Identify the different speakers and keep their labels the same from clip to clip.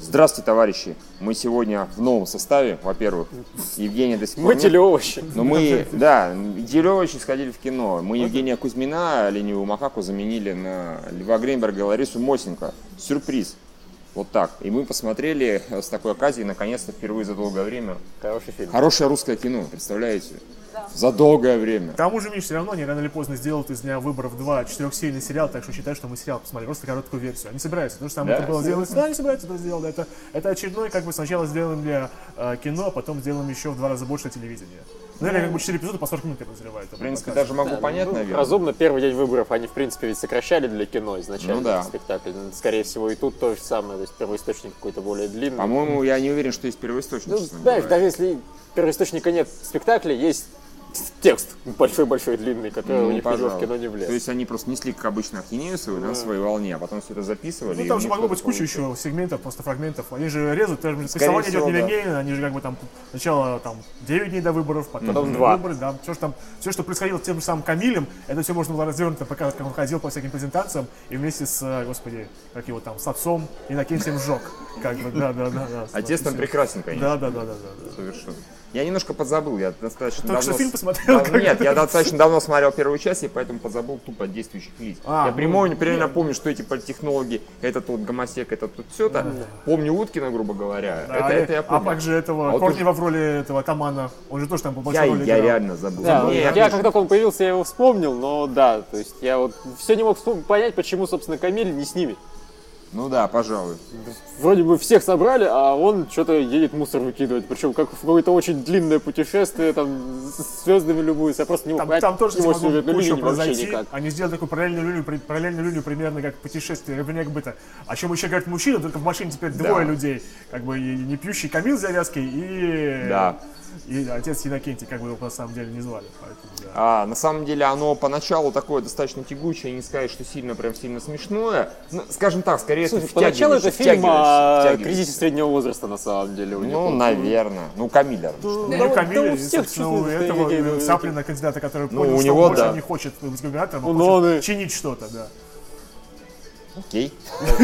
Speaker 1: Здравствуйте, товарищи! Мы сегодня в новом составе, во-первых. Евгения до сих пор
Speaker 2: Мы
Speaker 1: нет.
Speaker 2: телеовощи.
Speaker 1: Но мы, да, Делевичи сходили в кино. Мы Евгения Кузьмина, ленивую макаку, заменили на Льва Гринберга, Ларису Мосенко. Сюрприз. Вот так. И мы посмотрели э, с такой оказией, наконец-то, впервые за долгое время.
Speaker 2: Хороший фильм.
Speaker 1: Хорошее русское кино, представляете? За долгое время.
Speaker 3: К тому же, Миш, все равно они рано или поздно сделают из дня выборов два четырехсерийный сериал, так что считай, что мы сериал посмотрели, просто короткую версию. Они собираются, то же самое
Speaker 1: Да?
Speaker 3: это было сделано. Да, они собираются это сделать. Это, это очередной, как бы сначала сделаем для э, кино, а потом сделаем еще в два раза больше телевидения. Ну, или как бы четыре эпизода по 40 минут, я подозреваю. это
Speaker 1: В принципе,
Speaker 3: будет
Speaker 1: даже
Speaker 2: Ну,
Speaker 1: могу понять, наверное.
Speaker 2: Разумно, первый день выборов они, в принципе, ведь сокращали для кино изначально
Speaker 1: Ну да.
Speaker 2: спектакль. Ну, Скорее всего, и тут то же самое, то есть первоисточник какой-то более длинный.
Speaker 1: По-моему, я не уверен, что есть первоисточник,
Speaker 2: Ну,
Speaker 1: честно
Speaker 2: знаешь,
Speaker 1: говоря.
Speaker 2: даже если первоисточника нет спектакля, есть текст большой-большой длинный, который
Speaker 1: Ну,
Speaker 2: у них
Speaker 1: пожалуй.
Speaker 2: в кино не влез.
Speaker 1: То есть они просто несли, как обычно, ахинею свою на своей волне, а потом все это записывали.
Speaker 3: Ну,
Speaker 1: и
Speaker 3: там
Speaker 1: у
Speaker 3: же
Speaker 1: них
Speaker 3: могло
Speaker 1: что-то
Speaker 3: быть куча еще сегментов, просто фрагментов. Они же резут, там же
Speaker 1: Скорее
Speaker 3: голосование идет
Speaker 1: всего, да.
Speaker 3: нелинейно, они же как бы там сначала там 9 дней до выборов, потом,
Speaker 2: Потом
Speaker 3: до
Speaker 2: два.
Speaker 3: выборы, да. Все, что там, все, что происходило с тем же самым Камилем, это все можно было развернуто показать, как он ходил по всяким презентациям и вместе с, э, господи, как его там, с отцом Иннокентием сжег. Как бы, да, да, да, да.
Speaker 1: Отец А там прекрасен, конечно.
Speaker 3: Да, да, да, да, да.
Speaker 1: Совершенно. Я немножко подзабыл, я достаточно
Speaker 3: Только
Speaker 1: давно...
Speaker 3: что
Speaker 1: с-
Speaker 3: фильм посмотрел,
Speaker 1: Да,
Speaker 3: как
Speaker 1: Нет,
Speaker 3: это.
Speaker 1: я достаточно давно смотрел первую часть, и поэтому подзабыл тупо действующих лиц.
Speaker 3: А,
Speaker 1: я
Speaker 3: ну,
Speaker 1: прямо примерно помню, что эти политтехнологи, этот вот гомосек, этот тут все то Помню Уткина, грубо говоря.
Speaker 3: Да,
Speaker 1: это,
Speaker 3: и-
Speaker 1: это я
Speaker 3: а
Speaker 1: помню.
Speaker 3: также этого
Speaker 1: А вот
Speaker 3: Кортни
Speaker 1: уж-
Speaker 3: в роли этого Тамана. Он же тоже там по
Speaker 1: я,
Speaker 3: большой
Speaker 1: я
Speaker 3: роли играл.
Speaker 1: реально забыл.
Speaker 2: Да,
Speaker 1: Не,
Speaker 2: вот
Speaker 1: ну, я-
Speaker 2: я как только он появился, я его вспомнил, но да, то есть я вот все не мог вспом- понять, почему, собственно, Камиль не с ними.
Speaker 1: Ну да, пожалуй.
Speaker 2: Вроде бы всех собрали, а он что-то едет мусор выкидывать. Причем как в какое-то очень длинное путешествие, там, с звездами любуется. Я просто не мог
Speaker 3: Там,
Speaker 2: понять
Speaker 3: там тоже
Speaker 2: его
Speaker 3: кстати, могло
Speaker 2: сюжетную
Speaker 3: куча
Speaker 2: линию вообще
Speaker 3: произойти.
Speaker 2: никак.
Speaker 3: Они сделали такую параллельную линию, при- параллельную линию примерно как путешествие, вернее, как бы это. О чем еще говорит мужчина, только в машине теперь двое людей. Как бы и не пьющий Камил Завязкий и...
Speaker 1: Да.
Speaker 3: И отец Иннокентий, как бы его на самом деле не звали. Поэтому, да.
Speaker 1: А, на самом деле оно поначалу такое достаточно тягучее, не сказать, что сильно прям сильно смешное. Ну, скажем так, скорее
Speaker 2: Слушай,
Speaker 1: ты
Speaker 2: поначалу это
Speaker 1: втягиваешься,
Speaker 2: фильм а, о
Speaker 1: втягиваешься, втягиваешься.
Speaker 2: кризисе среднего возраста, на самом деле. у них.
Speaker 1: Ну, наверное. Ну, Камиля.
Speaker 2: Ну,
Speaker 3: Ну,
Speaker 2: да,
Speaker 3: у Камиля,
Speaker 2: да, у
Speaker 3: и,
Speaker 2: всех
Speaker 3: собственно, у
Speaker 2: чувствуется
Speaker 3: этого
Speaker 2: какие-то-
Speaker 3: э, Саплина, кандидата, который
Speaker 1: Ну,
Speaker 3: понял,
Speaker 1: у
Speaker 3: что
Speaker 1: него,
Speaker 3: он больше
Speaker 1: да.
Speaker 3: не хочет быть губернатором,
Speaker 2: Ну,
Speaker 3: он хочет
Speaker 2: он и-
Speaker 3: чинить что-то, да.
Speaker 1: Окей.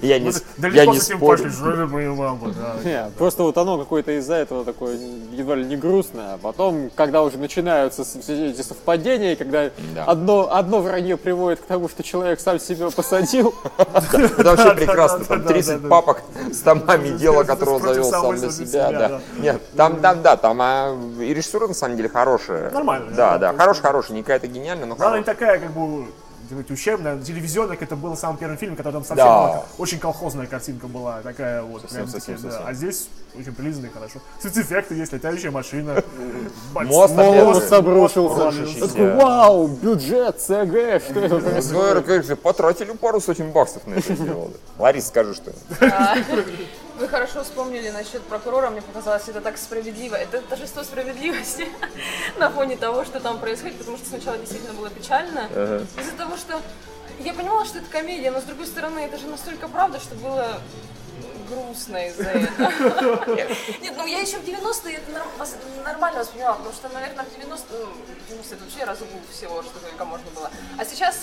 Speaker 1: Я
Speaker 3: Я
Speaker 1: не с- я
Speaker 3: Далеко
Speaker 1: не
Speaker 3: с этим
Speaker 1: спорю.
Speaker 3: пошли, что это воевал бы, да.
Speaker 2: Не, просто вот оно какое-то из-за этого такое едва ли не грустное. А потом, когда уже начинаются с- все эти совпадения, и когда
Speaker 1: Да.
Speaker 2: одно, одно вранье приводит к тому, что человек сам себя посадил,
Speaker 1: Это вообще прекрасно.
Speaker 3: да,
Speaker 1: Там
Speaker 3: да,
Speaker 1: 30
Speaker 3: да, да.
Speaker 1: папок с томами дела, которого
Speaker 3: Против
Speaker 1: завел
Speaker 3: самого
Speaker 1: сам для
Speaker 3: себя,
Speaker 1: себя. да.
Speaker 3: да.
Speaker 1: Нет, там, там, да, там а, и режиссура на самом деле хорошая.
Speaker 3: Нормальная,
Speaker 1: Да,
Speaker 3: да, то
Speaker 1: да,
Speaker 3: есть-
Speaker 1: хорошая, хорошая. Не какая-то гениальная, но
Speaker 3: Она
Speaker 1: хорошая.
Speaker 3: не такая, как бы, сказать, ущербная. Телевизионная, как это был самый первый фильм, когда там совсем
Speaker 1: Да.
Speaker 3: была та- очень колхозная картинка была, такая вот.
Speaker 1: Совсем,
Speaker 3: прям
Speaker 1: совсем,
Speaker 3: такие, да.
Speaker 1: совсем.
Speaker 3: А здесь очень прилизанно и хорошо. Спецэффекты есть, летающая машина. бац,
Speaker 1: Мост опять же.
Speaker 2: мост обрушился.
Speaker 1: Рушащийся.
Speaker 2: Я такой, Вау, бюджет, ЦГ, что это происходит?
Speaker 1: Ну, как же, Потратили пару сотен баксов на это дело. Ларис, скажи, что
Speaker 4: Вы хорошо вспомнили насчет прокурора, мне показалось это так справедливо. Это торжество справедливости на фоне того, что там происходит, потому что сначала действительно было печально. Из-за того, что я понимала, что это комедия, но с другой стороны, это же настолько правда, что было грустно из-за этого. Нет, ну я еще в 90-е это норм- вос- нормально воспринимала, потому что, наверное, в 90 ну, 90-е это вообще разгул всего, что только можно было. А сейчас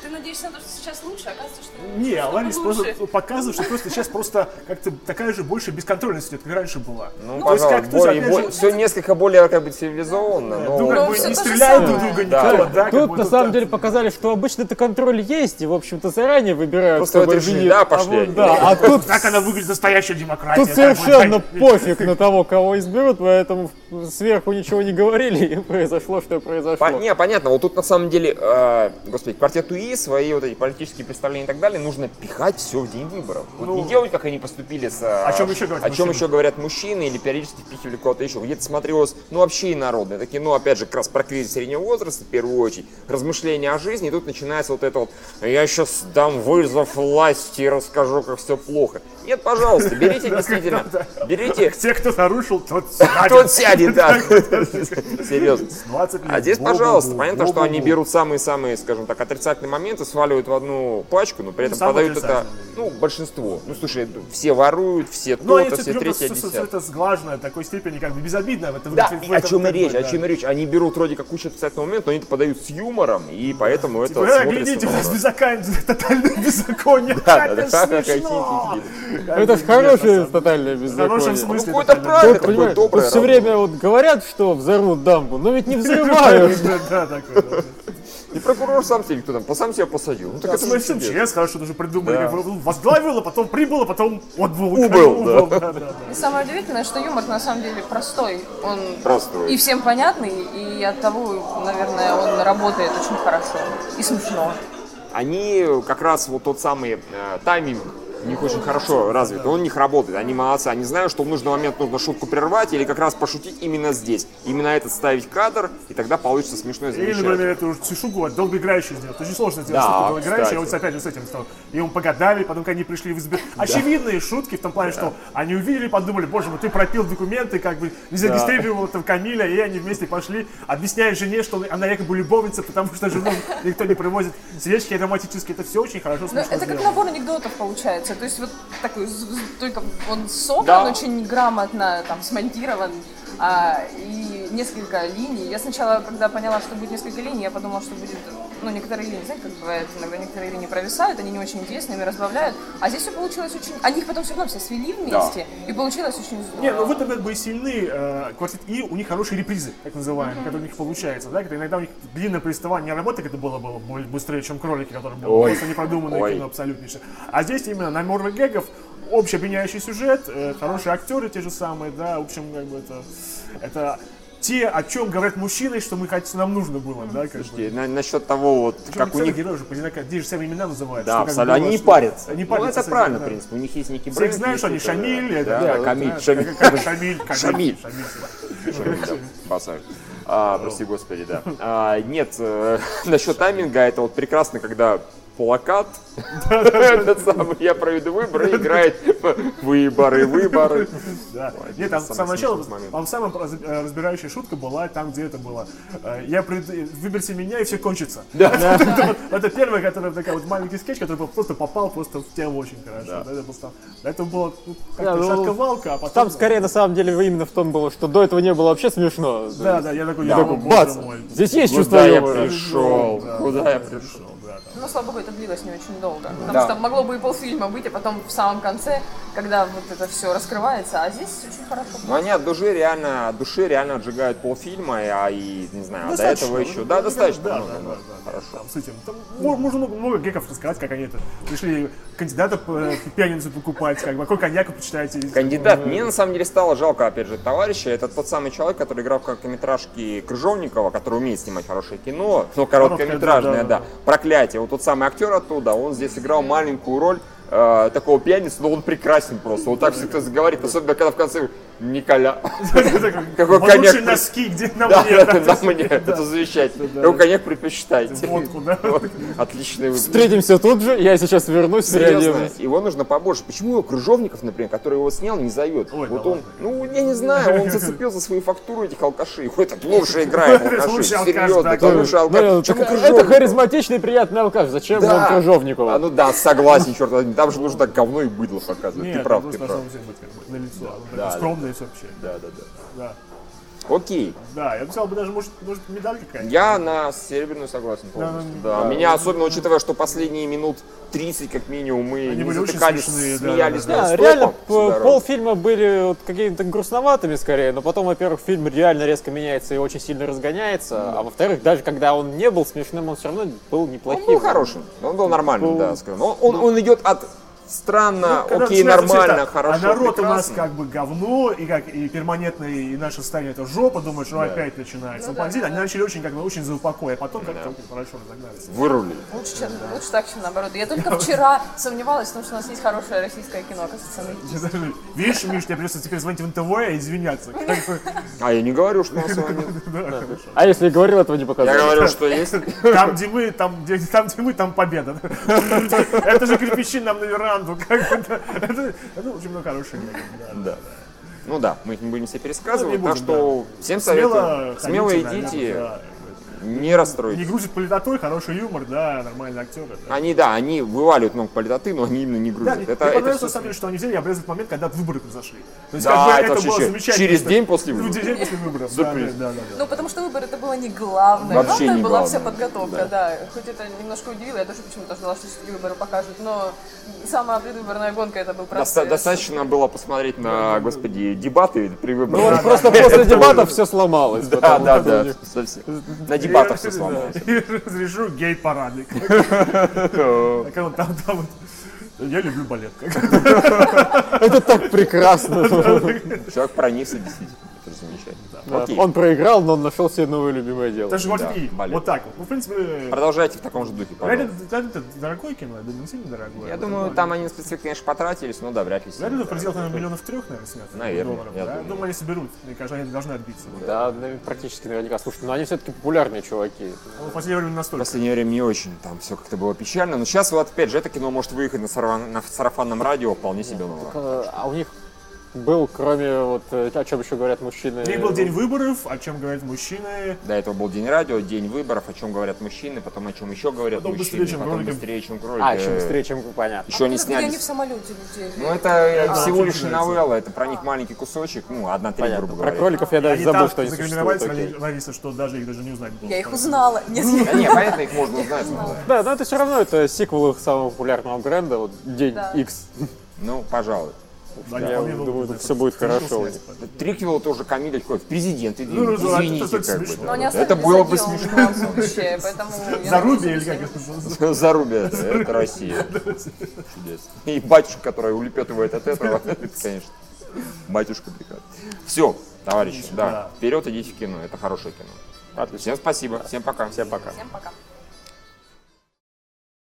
Speaker 4: ты надеешься на то, что сейчас лучше, а оказывается, что
Speaker 3: Не,
Speaker 4: что
Speaker 3: Ларис
Speaker 4: лучше.
Speaker 3: просто показывает, что просто сейчас просто как-то такая же больше бесконтрольность идет, как раньше была.
Speaker 1: Ну,
Speaker 3: то есть
Speaker 1: пожалуй,
Speaker 3: как-то опять же,
Speaker 1: все несколько более как бы цивилизованно, но...
Speaker 3: ну, как бы
Speaker 4: всё
Speaker 3: не
Speaker 4: то же
Speaker 3: стреляют друг
Speaker 4: самое.
Speaker 3: друга никто,
Speaker 1: Да.
Speaker 3: да. как
Speaker 2: Тут
Speaker 3: бы
Speaker 2: на
Speaker 3: тут
Speaker 2: самом
Speaker 3: так.
Speaker 2: деле показали, что обычно это контроль есть, и, в общем-то, заранее выбирают.
Speaker 1: Просто
Speaker 2: собой
Speaker 1: вот решили,
Speaker 2: винит.
Speaker 1: да,
Speaker 2: А
Speaker 1: пошли
Speaker 2: вот
Speaker 1: они.
Speaker 2: Да, а тут
Speaker 3: Так она выглядит настоящая демократия.
Speaker 2: Тут
Speaker 3: так вот,
Speaker 2: совершенно
Speaker 3: так.
Speaker 2: пофиг на того, кого изберут, поэтому сверху ничего не говорили, и произошло, что
Speaker 1: По-
Speaker 2: произошло.
Speaker 1: не, понятно, вот тут на самом деле, э, господи, квартет УИ, свои вот эти политические представления и так далее, нужно пихать все в день выборов. Вот
Speaker 3: Ну.
Speaker 1: не делать, как они поступили с... э,
Speaker 3: О чём ещё говорят
Speaker 1: о чём
Speaker 3: мужчины?
Speaker 1: ещё говорят мужчины, или периодически впихивали кого-то еще. Где-то смотрелось, ну, вообще инородное. Это кино, опять же, как раз про кризис среднего возраста, в первую очередь, размышления о жизни, и тут начинается вот это вот, я сейчас дам вызов власти и расскажу, как все плохо. Нет, пожалуйста, берите действительно, берите
Speaker 3: Те, кто нарушил, тот сядет.
Speaker 1: тот сядет, Сзади, да. Серьезно.
Speaker 3: 20 лет.
Speaker 1: А здесь,
Speaker 3: Бу-бу-бу,
Speaker 1: пожалуйста, понятно, что они
Speaker 3: бу-бу-бу.
Speaker 1: берут самые-самые, скажем так, отрицательные моменты, сваливают в одну пачку, но при этом
Speaker 3: самые
Speaker 1: подают это,
Speaker 3: отрицательные.
Speaker 1: ну, большинство. Ну, слушай, все воруют, все
Speaker 3: Ну, они
Speaker 1: то-то,
Speaker 3: все
Speaker 1: все третье, десятое.
Speaker 3: это сглаженное в такой степени, как бы безобидное в этом.
Speaker 1: Да,
Speaker 3: в
Speaker 1: и о
Speaker 3: этом-
Speaker 1: чем и речь,
Speaker 3: да.
Speaker 1: о чем и речь. Они берут вроде как кучу отрицательных моментов, но они это подают с юмором, и поэтому это
Speaker 3: Типа, «Э,
Speaker 1: смотрится
Speaker 3: глядите, у нас
Speaker 1: наоборот.
Speaker 3: беззаконие, тотальное беззаконие.
Speaker 1: Да, да,
Speaker 3: Как
Speaker 1: да,
Speaker 3: это
Speaker 1: какие
Speaker 3: смешно!
Speaker 1: хихики.
Speaker 2: Это
Speaker 3: Как
Speaker 2: в
Speaker 3: бы нет, на
Speaker 2: хорошее
Speaker 3: самом деле.
Speaker 2: тотальное
Speaker 3: В хорошем
Speaker 2: беззаконие.
Speaker 3: смысле.
Speaker 1: какое-то
Speaker 3: тотальное
Speaker 1: правильно.
Speaker 2: Вот,
Speaker 1: Это
Speaker 2: Ну, понимаешь,
Speaker 1: такое доброе
Speaker 2: вот все
Speaker 1: радует.
Speaker 2: время вот говорят, что взорвут дамбу, но ведь не взрывают.
Speaker 3: беззаконие. Да, такое. да.
Speaker 1: И прокурор сам себе, кто там, по- сам себя посадил. Ну, так это
Speaker 3: Ну,
Speaker 1: же
Speaker 3: и всем
Speaker 1: пиздец.
Speaker 3: ЧС хорошо даже придумали.
Speaker 1: Да.
Speaker 3: как бы, Возглавил, а потом прибыл, а потом отбыл. как
Speaker 1: Убыл,
Speaker 3: бы,
Speaker 1: да.
Speaker 3: да, да, да.
Speaker 4: И самое удивительное, что юмор на самом деле простой. Он
Speaker 1: Простой.
Speaker 4: и всем понятный, и от того, наверное, он работает очень хорошо. И смешно.
Speaker 1: они как раз вот тот самый э, тайминг у них очень хорошо развит, он у них работает, они молодцы, они знают, что в нужный момент нужно шутку прервать или как раз пошутить именно здесь, именно этот ставить кадр, и тогда получится смешное
Speaker 3: Или,
Speaker 1: замечание.
Speaker 3: например, эту шугу долгоиграющую сделать. Очень сложно сделать
Speaker 1: Да,
Speaker 3: шутку долгоиграющую. Я а вот
Speaker 1: кстати.
Speaker 3: опять же с этим стал. И он погадали, потом когда они пришли в избир... Очевидные шутки в том плане, что они увидели, подумали, боже мой, ты пропил документы, как бы не зарегистрировал там Камиля, и они вместе пошли, объясняя жене, что она якобы любовница, потому что жену никто не привозит. Свечки ароматические, это все очень хорошо
Speaker 4: Ну,
Speaker 3: смешно
Speaker 4: это как
Speaker 3: сделано.
Speaker 4: набор анекдотов получается. То есть вот такой, з- з- только он собран
Speaker 1: Да.
Speaker 4: очень грамотно, там, смонтирован. а, и несколько линий. Я сначала, когда поняла, что будет несколько линий, я подумала, что будет... Ну, некоторые линии, знаете, как бывает, иногда некоторые линии провисают, они не очень интересные, разбавляют. А здесь все получилось очень... Они их потом все равно все свели вместе, и получилось очень здорово.
Speaker 3: Не, ну в этом как бы и сильны э, квартет И, у них хорошие репризы, так называемые, которые у них получаются, да, когда иногда у них длинное повествование работы, это было, было более быстрее, чем кролики, которые было
Speaker 1: Ой.
Speaker 3: просто непродуманное
Speaker 1: Ой.
Speaker 3: кино абсолютнейшее. А здесь именно на уровне гэгов общий объединяющий сюжет, э, хорошие актеры те же самые, да, в общем, как бы это, это те, о чем говорят мужчины, что мы хотим, нам нужно было, да, как бы.
Speaker 1: И на- насчет того, вот
Speaker 3: Причем
Speaker 1: как у
Speaker 3: актеры,
Speaker 1: них...
Speaker 3: герои уже поздняка, те же самые имена называют.
Speaker 1: Да,
Speaker 3: что как
Speaker 1: абсолютно.
Speaker 3: было,
Speaker 1: Они не
Speaker 3: что-
Speaker 1: парятся.
Speaker 3: Они
Speaker 1: Ну,
Speaker 3: парятся.
Speaker 1: это
Speaker 3: кстати,
Speaker 1: правильно,
Speaker 3: да.
Speaker 1: в принципе. У них есть некий
Speaker 3: Все
Speaker 1: бренд. есть
Speaker 3: знают, что они
Speaker 1: это-
Speaker 3: Шамиль, это-
Speaker 1: Да,
Speaker 3: да,
Speaker 1: Камиль,
Speaker 3: да,
Speaker 1: Шамиль.
Speaker 3: как Шамиль, как
Speaker 1: Шамиль.
Speaker 3: Шамиль.
Speaker 1: Пацан. А, прости господи, да. А, нет, э, насчет тайминга, это вот прекрасно, когда плакат, этот самый, я проведу выборы, играет выборы, выборы.
Speaker 3: Да.
Speaker 1: один
Speaker 3: Нет, там
Speaker 1: из
Speaker 3: с
Speaker 1: самых
Speaker 3: самого начала,
Speaker 1: смешных моментов.
Speaker 3: там самая раз- э, разбирающая шутка была там, где это было. Э, Я пред... выберите меня, и все кончится. Это вот- Это первая, которая такая вот маленький скетч, который был- просто попал просто в тему очень хорошо. Да, это просто- Это было ну,
Speaker 2: Да,
Speaker 3: как-то
Speaker 2: ну,
Speaker 3: шатковалка, а потом...
Speaker 2: Там скорее на самом деле именно в том было, что до этого не было вообще смешно.
Speaker 3: Да, да, я такой, я
Speaker 2: Я
Speaker 1: Ну,
Speaker 2: такой,
Speaker 3: такой,
Speaker 2: бац, здесь есть чувство
Speaker 1: Куда Ну я
Speaker 2: юмора.
Speaker 1: пришел? Куда я пришел?
Speaker 4: Ну, слава богу, это длилось не очень долго. Потому что могло бы и полфильма быть, а потом в самом конце, когда вот это все раскрывается, а здесь очень хорошо.
Speaker 1: Ну, они от души реально, от души реально отжигают полфильма, а и, не знаю, до
Speaker 3: Достаточно,
Speaker 1: этого
Speaker 3: ну,
Speaker 1: еще.
Speaker 3: ну,
Speaker 1: Да,
Speaker 3: ну,
Speaker 1: достаточно
Speaker 3: да,
Speaker 1: много,
Speaker 3: да,
Speaker 1: ну,
Speaker 3: да, да,
Speaker 1: хорошо.
Speaker 3: Там с этим. Там мо- можно много, много геков рассказать, как они это пришли кандидата э, пьяницу покупать, как бы, а какой коньяк вы почитаете.
Speaker 1: Кандидат. Мне на самом деле стало жалко, опять же, товарища. Это тот самый человек, который играл в короткометражке Крыжовникова, который умеет снимать хорошее кино, но короткометражное,
Speaker 3: Короткое,
Speaker 1: да.
Speaker 3: да, да,
Speaker 1: Проклятие. Вот тот самый актер оттуда, он здесь играл маленькую роль э, такого пьяницу, но он прекрасен просто. Вот так все кто говорит, особенно когда в конце «Николя». Какой
Speaker 3: Вот
Speaker 1: коньяк.
Speaker 3: лучшие носки, где на
Speaker 1: Да,
Speaker 3: мне.
Speaker 1: это
Speaker 3: да.
Speaker 1: на мне, это завещательно. Какой коньяк предпочитаете?
Speaker 3: Водку, да.
Speaker 1: Вот. Отличный выбор.
Speaker 2: Встретимся тут же, я сейчас вернусь,
Speaker 1: Серьезно,
Speaker 2: реагируем.
Speaker 1: его нужно побольше. Почему его Крыжовников, например, который его снял, не зовет?
Speaker 3: Ой,
Speaker 1: вот
Speaker 3: да
Speaker 1: он,
Speaker 3: ладно.
Speaker 1: ну, я не знаю, он зацепил за свою фактуру этих алкашей. Ой, этот лучше играет
Speaker 3: Этот
Speaker 1: алкаши,
Speaker 3: лучший алкаш,
Speaker 1: серьезно,
Speaker 3: да,
Speaker 1: это лучше алкаш.
Speaker 2: Ну,
Speaker 1: Почему
Speaker 2: так Это
Speaker 1: Крыжовников?
Speaker 2: харизматичный приятный алкаш, зачем
Speaker 1: Да.
Speaker 2: вам Крыжовникова?
Speaker 1: А, ну да, согласен, черт возьми, там же нужно так говно и быдло показывать.
Speaker 3: Нет,
Speaker 1: Ты прав,
Speaker 3: просто
Speaker 1: ты
Speaker 3: на
Speaker 1: прав.
Speaker 3: самом деле быть как бы на лицо. Оно такое Скромное все вообще.
Speaker 1: Да, да, да.
Speaker 3: Да.
Speaker 1: Окей,
Speaker 3: Да, я бы сказал бы даже, может, может медаль какая-нибудь.
Speaker 1: я на серебряную согласен полностью. Да, меня особенно, учитывая, что последние минут 30 как минимум мы
Speaker 3: Они
Speaker 1: не
Speaker 3: были очень
Speaker 1: затыкались,
Speaker 3: смешные, да,
Speaker 1: смеялись.
Speaker 3: да,
Speaker 1: нон-стопом
Speaker 2: Да, реально
Speaker 1: всю
Speaker 2: п-
Speaker 1: дорогу.
Speaker 2: полфильма были вот какими-то грустноватыми скорее, но потом, во-первых, фильм реально резко меняется и очень сильно разгоняется, а во-вторых, даже когда он не был смешным, он все равно был неплохим.
Speaker 1: Он был хорошим, он
Speaker 3: Ну,
Speaker 1: был нормальным,
Speaker 2: Был-
Speaker 1: да, скажем. Ну, Он, он, он идет от странно,
Speaker 3: Когда
Speaker 1: окей,
Speaker 3: начинается всё
Speaker 1: нормально,
Speaker 3: это,
Speaker 1: хорошо,
Speaker 3: А народ у нас
Speaker 1: прекрасно.
Speaker 3: как бы говно, и как и перманентное, и наше состояние это жопа, думаешь, ну опять начинается. Ну, бандит, они начали очень как бы очень за упокой, а потом как-то очень хорошо разогнались.
Speaker 1: Вырулили.
Speaker 4: Лучше, чем, лучше так, чем наоборот. Я только вчера сомневалась в том, что у нас есть хорошее российское кино, оказывается, оно есть.
Speaker 3: Видишь, Миш, тебе придется теперь звонить в НТВ и извиняться. Как бы,
Speaker 1: А я не говорю, что у нас с вами нет.
Speaker 3: да.
Speaker 2: А если и говорил, этого не
Speaker 1: Я
Speaker 2: показывал.
Speaker 1: говорю, что есть.
Speaker 3: Там, где мы, там, где, там, где мы, там победа. Это же кирпичи нам на веранду. Как бы, да. это, это очень много хороших.
Speaker 1: Да. Ну да, мы их не будем себе
Speaker 3: Ну,
Speaker 1: пересказывать,
Speaker 3: не будем,
Speaker 1: так что всем советую,
Speaker 3: ходите
Speaker 1: смело
Speaker 3: на
Speaker 1: идите,
Speaker 3: ляп,
Speaker 1: не
Speaker 3: да. Не
Speaker 1: расстройтесь.
Speaker 3: грузит политотой, хороший юмор, да, нормальные актеры. да.
Speaker 1: Они, да, они вываливают много политоты, но они именно не
Speaker 3: Да,
Speaker 1: грузят.
Speaker 3: мне мне
Speaker 1: это, это
Speaker 3: понравилось,
Speaker 1: всё
Speaker 3: на самом деле, что они взяли и обрезали момент, когда выборы произошли. То есть,
Speaker 1: Да,
Speaker 3: как бы,
Speaker 1: это
Speaker 3: это
Speaker 1: вообще
Speaker 3: было
Speaker 1: через-
Speaker 3: замечательно.
Speaker 1: через
Speaker 3: что-
Speaker 1: день после
Speaker 3: Ну,
Speaker 1: выборов.
Speaker 3: Через день после выборов. да,
Speaker 1: Сюрприз.
Speaker 3: Да, да, да.
Speaker 4: Ну, потому что выбор это было не главное.
Speaker 1: Вообще
Speaker 4: главное
Speaker 1: не
Speaker 4: была
Speaker 1: главное,
Speaker 4: вся подготовка, да. Хоть это немножко удивило, я тоже почему-то ждала, что все-таки выборы покажут, но сама предвыборная гонка это был процесс.
Speaker 1: Доста- достаточно было посмотреть на, господи, дебаты при выборах.
Speaker 2: Ну вот просто после дебатов все сломалось.
Speaker 1: Да,
Speaker 2: потому
Speaker 1: да,
Speaker 2: что у
Speaker 1: да.
Speaker 2: них-
Speaker 1: совсем.
Speaker 3: Ну,
Speaker 1: На дебатах все
Speaker 3: Да.
Speaker 1: сломалось.
Speaker 3: И разрешу гей-парады. Так вот А там, там вот. Я люблю балет. как.
Speaker 2: Это так прекрасно.
Speaker 1: Человек проникся действительно. Это же замечательно.
Speaker 2: Да.
Speaker 1: Окей.
Speaker 2: Он проиграл, но он нашел себе новое любимое дело.
Speaker 3: Даже вот и
Speaker 1: балет.
Speaker 3: вот так вот. Ну, в принципе,
Speaker 1: Продолжайте в таком же духе,
Speaker 3: Реально,
Speaker 1: пожалуйста.
Speaker 3: это- это дорогое кино, я думаю, не сильно дорогое.
Speaker 1: Я думаю, там они на специфику, конечно, потратились, но да, вряд ли. сильно.
Speaker 3: Наверное, в пределах наверное, миллионов трех, наверное, снято.
Speaker 1: Наверное,
Speaker 3: долларов,
Speaker 1: я
Speaker 3: да?
Speaker 1: думаю.
Speaker 3: Думаю, они соберут. Мне кажется, они должны отбиться.
Speaker 2: Да, ну, практически наверняка. Слушай, ну они все-таки популярные чуваки.
Speaker 3: А В последнее время не
Speaker 1: В
Speaker 3: настолько.
Speaker 1: последнее время не очень там все как-то было печально, но сейчас вот опять же это кино может выехать на, сарва- на сарафанном радио вполне себе новое.
Speaker 2: Э, А у них был, кроме вот э, о чем еще говорят мужчины.
Speaker 3: У них был день выборов, о чем говорят мужчины.
Speaker 1: До этого был день радио, день выборов, о чем говорят мужчины, потом о чем еще говорят
Speaker 3: Потом
Speaker 1: мужчины,
Speaker 3: быстрее, чем
Speaker 1: потом
Speaker 3: кролики.
Speaker 1: быстрее, Ну, чем кролики.
Speaker 2: А, еще быстрее, чем понятно.
Speaker 1: Еще не
Speaker 4: Где они
Speaker 1: снялись.
Speaker 4: в самолете летели.
Speaker 1: Ну, это всего
Speaker 3: это
Speaker 1: лишь
Speaker 3: называется.
Speaker 1: новелла, это про них маленький кусочек, ну, одна треть,
Speaker 2: Понятно.
Speaker 1: грубо
Speaker 2: Про
Speaker 1: говоря.
Speaker 2: кроликов я даже
Speaker 3: они
Speaker 2: забыл,
Speaker 3: так
Speaker 2: что они существуют.
Speaker 3: загримировались,
Speaker 2: окей.
Speaker 3: Лариса, что даже их даже не узнать было.
Speaker 4: Я их узнала. Нет,
Speaker 1: Да не, понятно, их можно узнать. но-
Speaker 2: Да, но это все равно это сиквел их самого популярного бренда, вот День
Speaker 4: Да.
Speaker 2: X.
Speaker 1: Ну, пожалуй.
Speaker 3: Да,
Speaker 2: Я
Speaker 3: помню,
Speaker 2: думаю,
Speaker 3: вот это
Speaker 2: всё будет
Speaker 3: слышал,
Speaker 2: хорошо.
Speaker 3: я, типа,
Speaker 1: Триквел тоже комедия такой, в президенты
Speaker 3: Ну, ну, да,
Speaker 1: извините,
Speaker 3: это
Speaker 1: как бы,
Speaker 3: смешно.
Speaker 1: да.
Speaker 4: Но они
Speaker 1: Это
Speaker 4: остались
Speaker 1: было бы
Speaker 4: за делом
Speaker 1: смешно.
Speaker 4: в любом случае, поэтому... я
Speaker 3: Заруби
Speaker 4: надеюсь,
Speaker 3: или как это
Speaker 4: что
Speaker 3: называется?
Speaker 1: Зарубия, это Россия. Чудес. И батюшка, который улепетывает от этого, это, конечно, батюшка прекрасно. Все, товарищи, да,
Speaker 3: Да.
Speaker 1: вперед идите в кино, это хорошее кино.
Speaker 2: Отлично.
Speaker 1: Всем спасибо, всем пока.
Speaker 2: Всем пока.
Speaker 4: Всем пока.